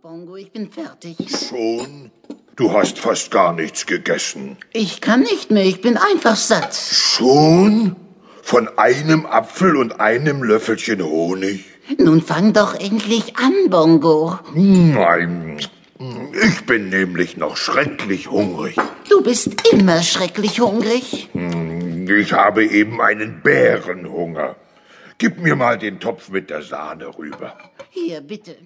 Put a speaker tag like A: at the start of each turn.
A: Bongo, ich bin fertig.
B: Schon? Du hast fast gar nichts gegessen.
A: Ich kann nicht mehr, ich bin einfach satt.
B: Schon? Von einem Apfel und einem Löffelchen Honig?
A: Nun fang doch endlich an, Bongo.
B: Nein, ich bin nämlich noch schrecklich hungrig.
A: Du bist immer schrecklich hungrig.
B: Ich habe eben einen Bärenhunger. Gib mir mal den Topf mit der Sahne rüber.
A: Hier, bitte.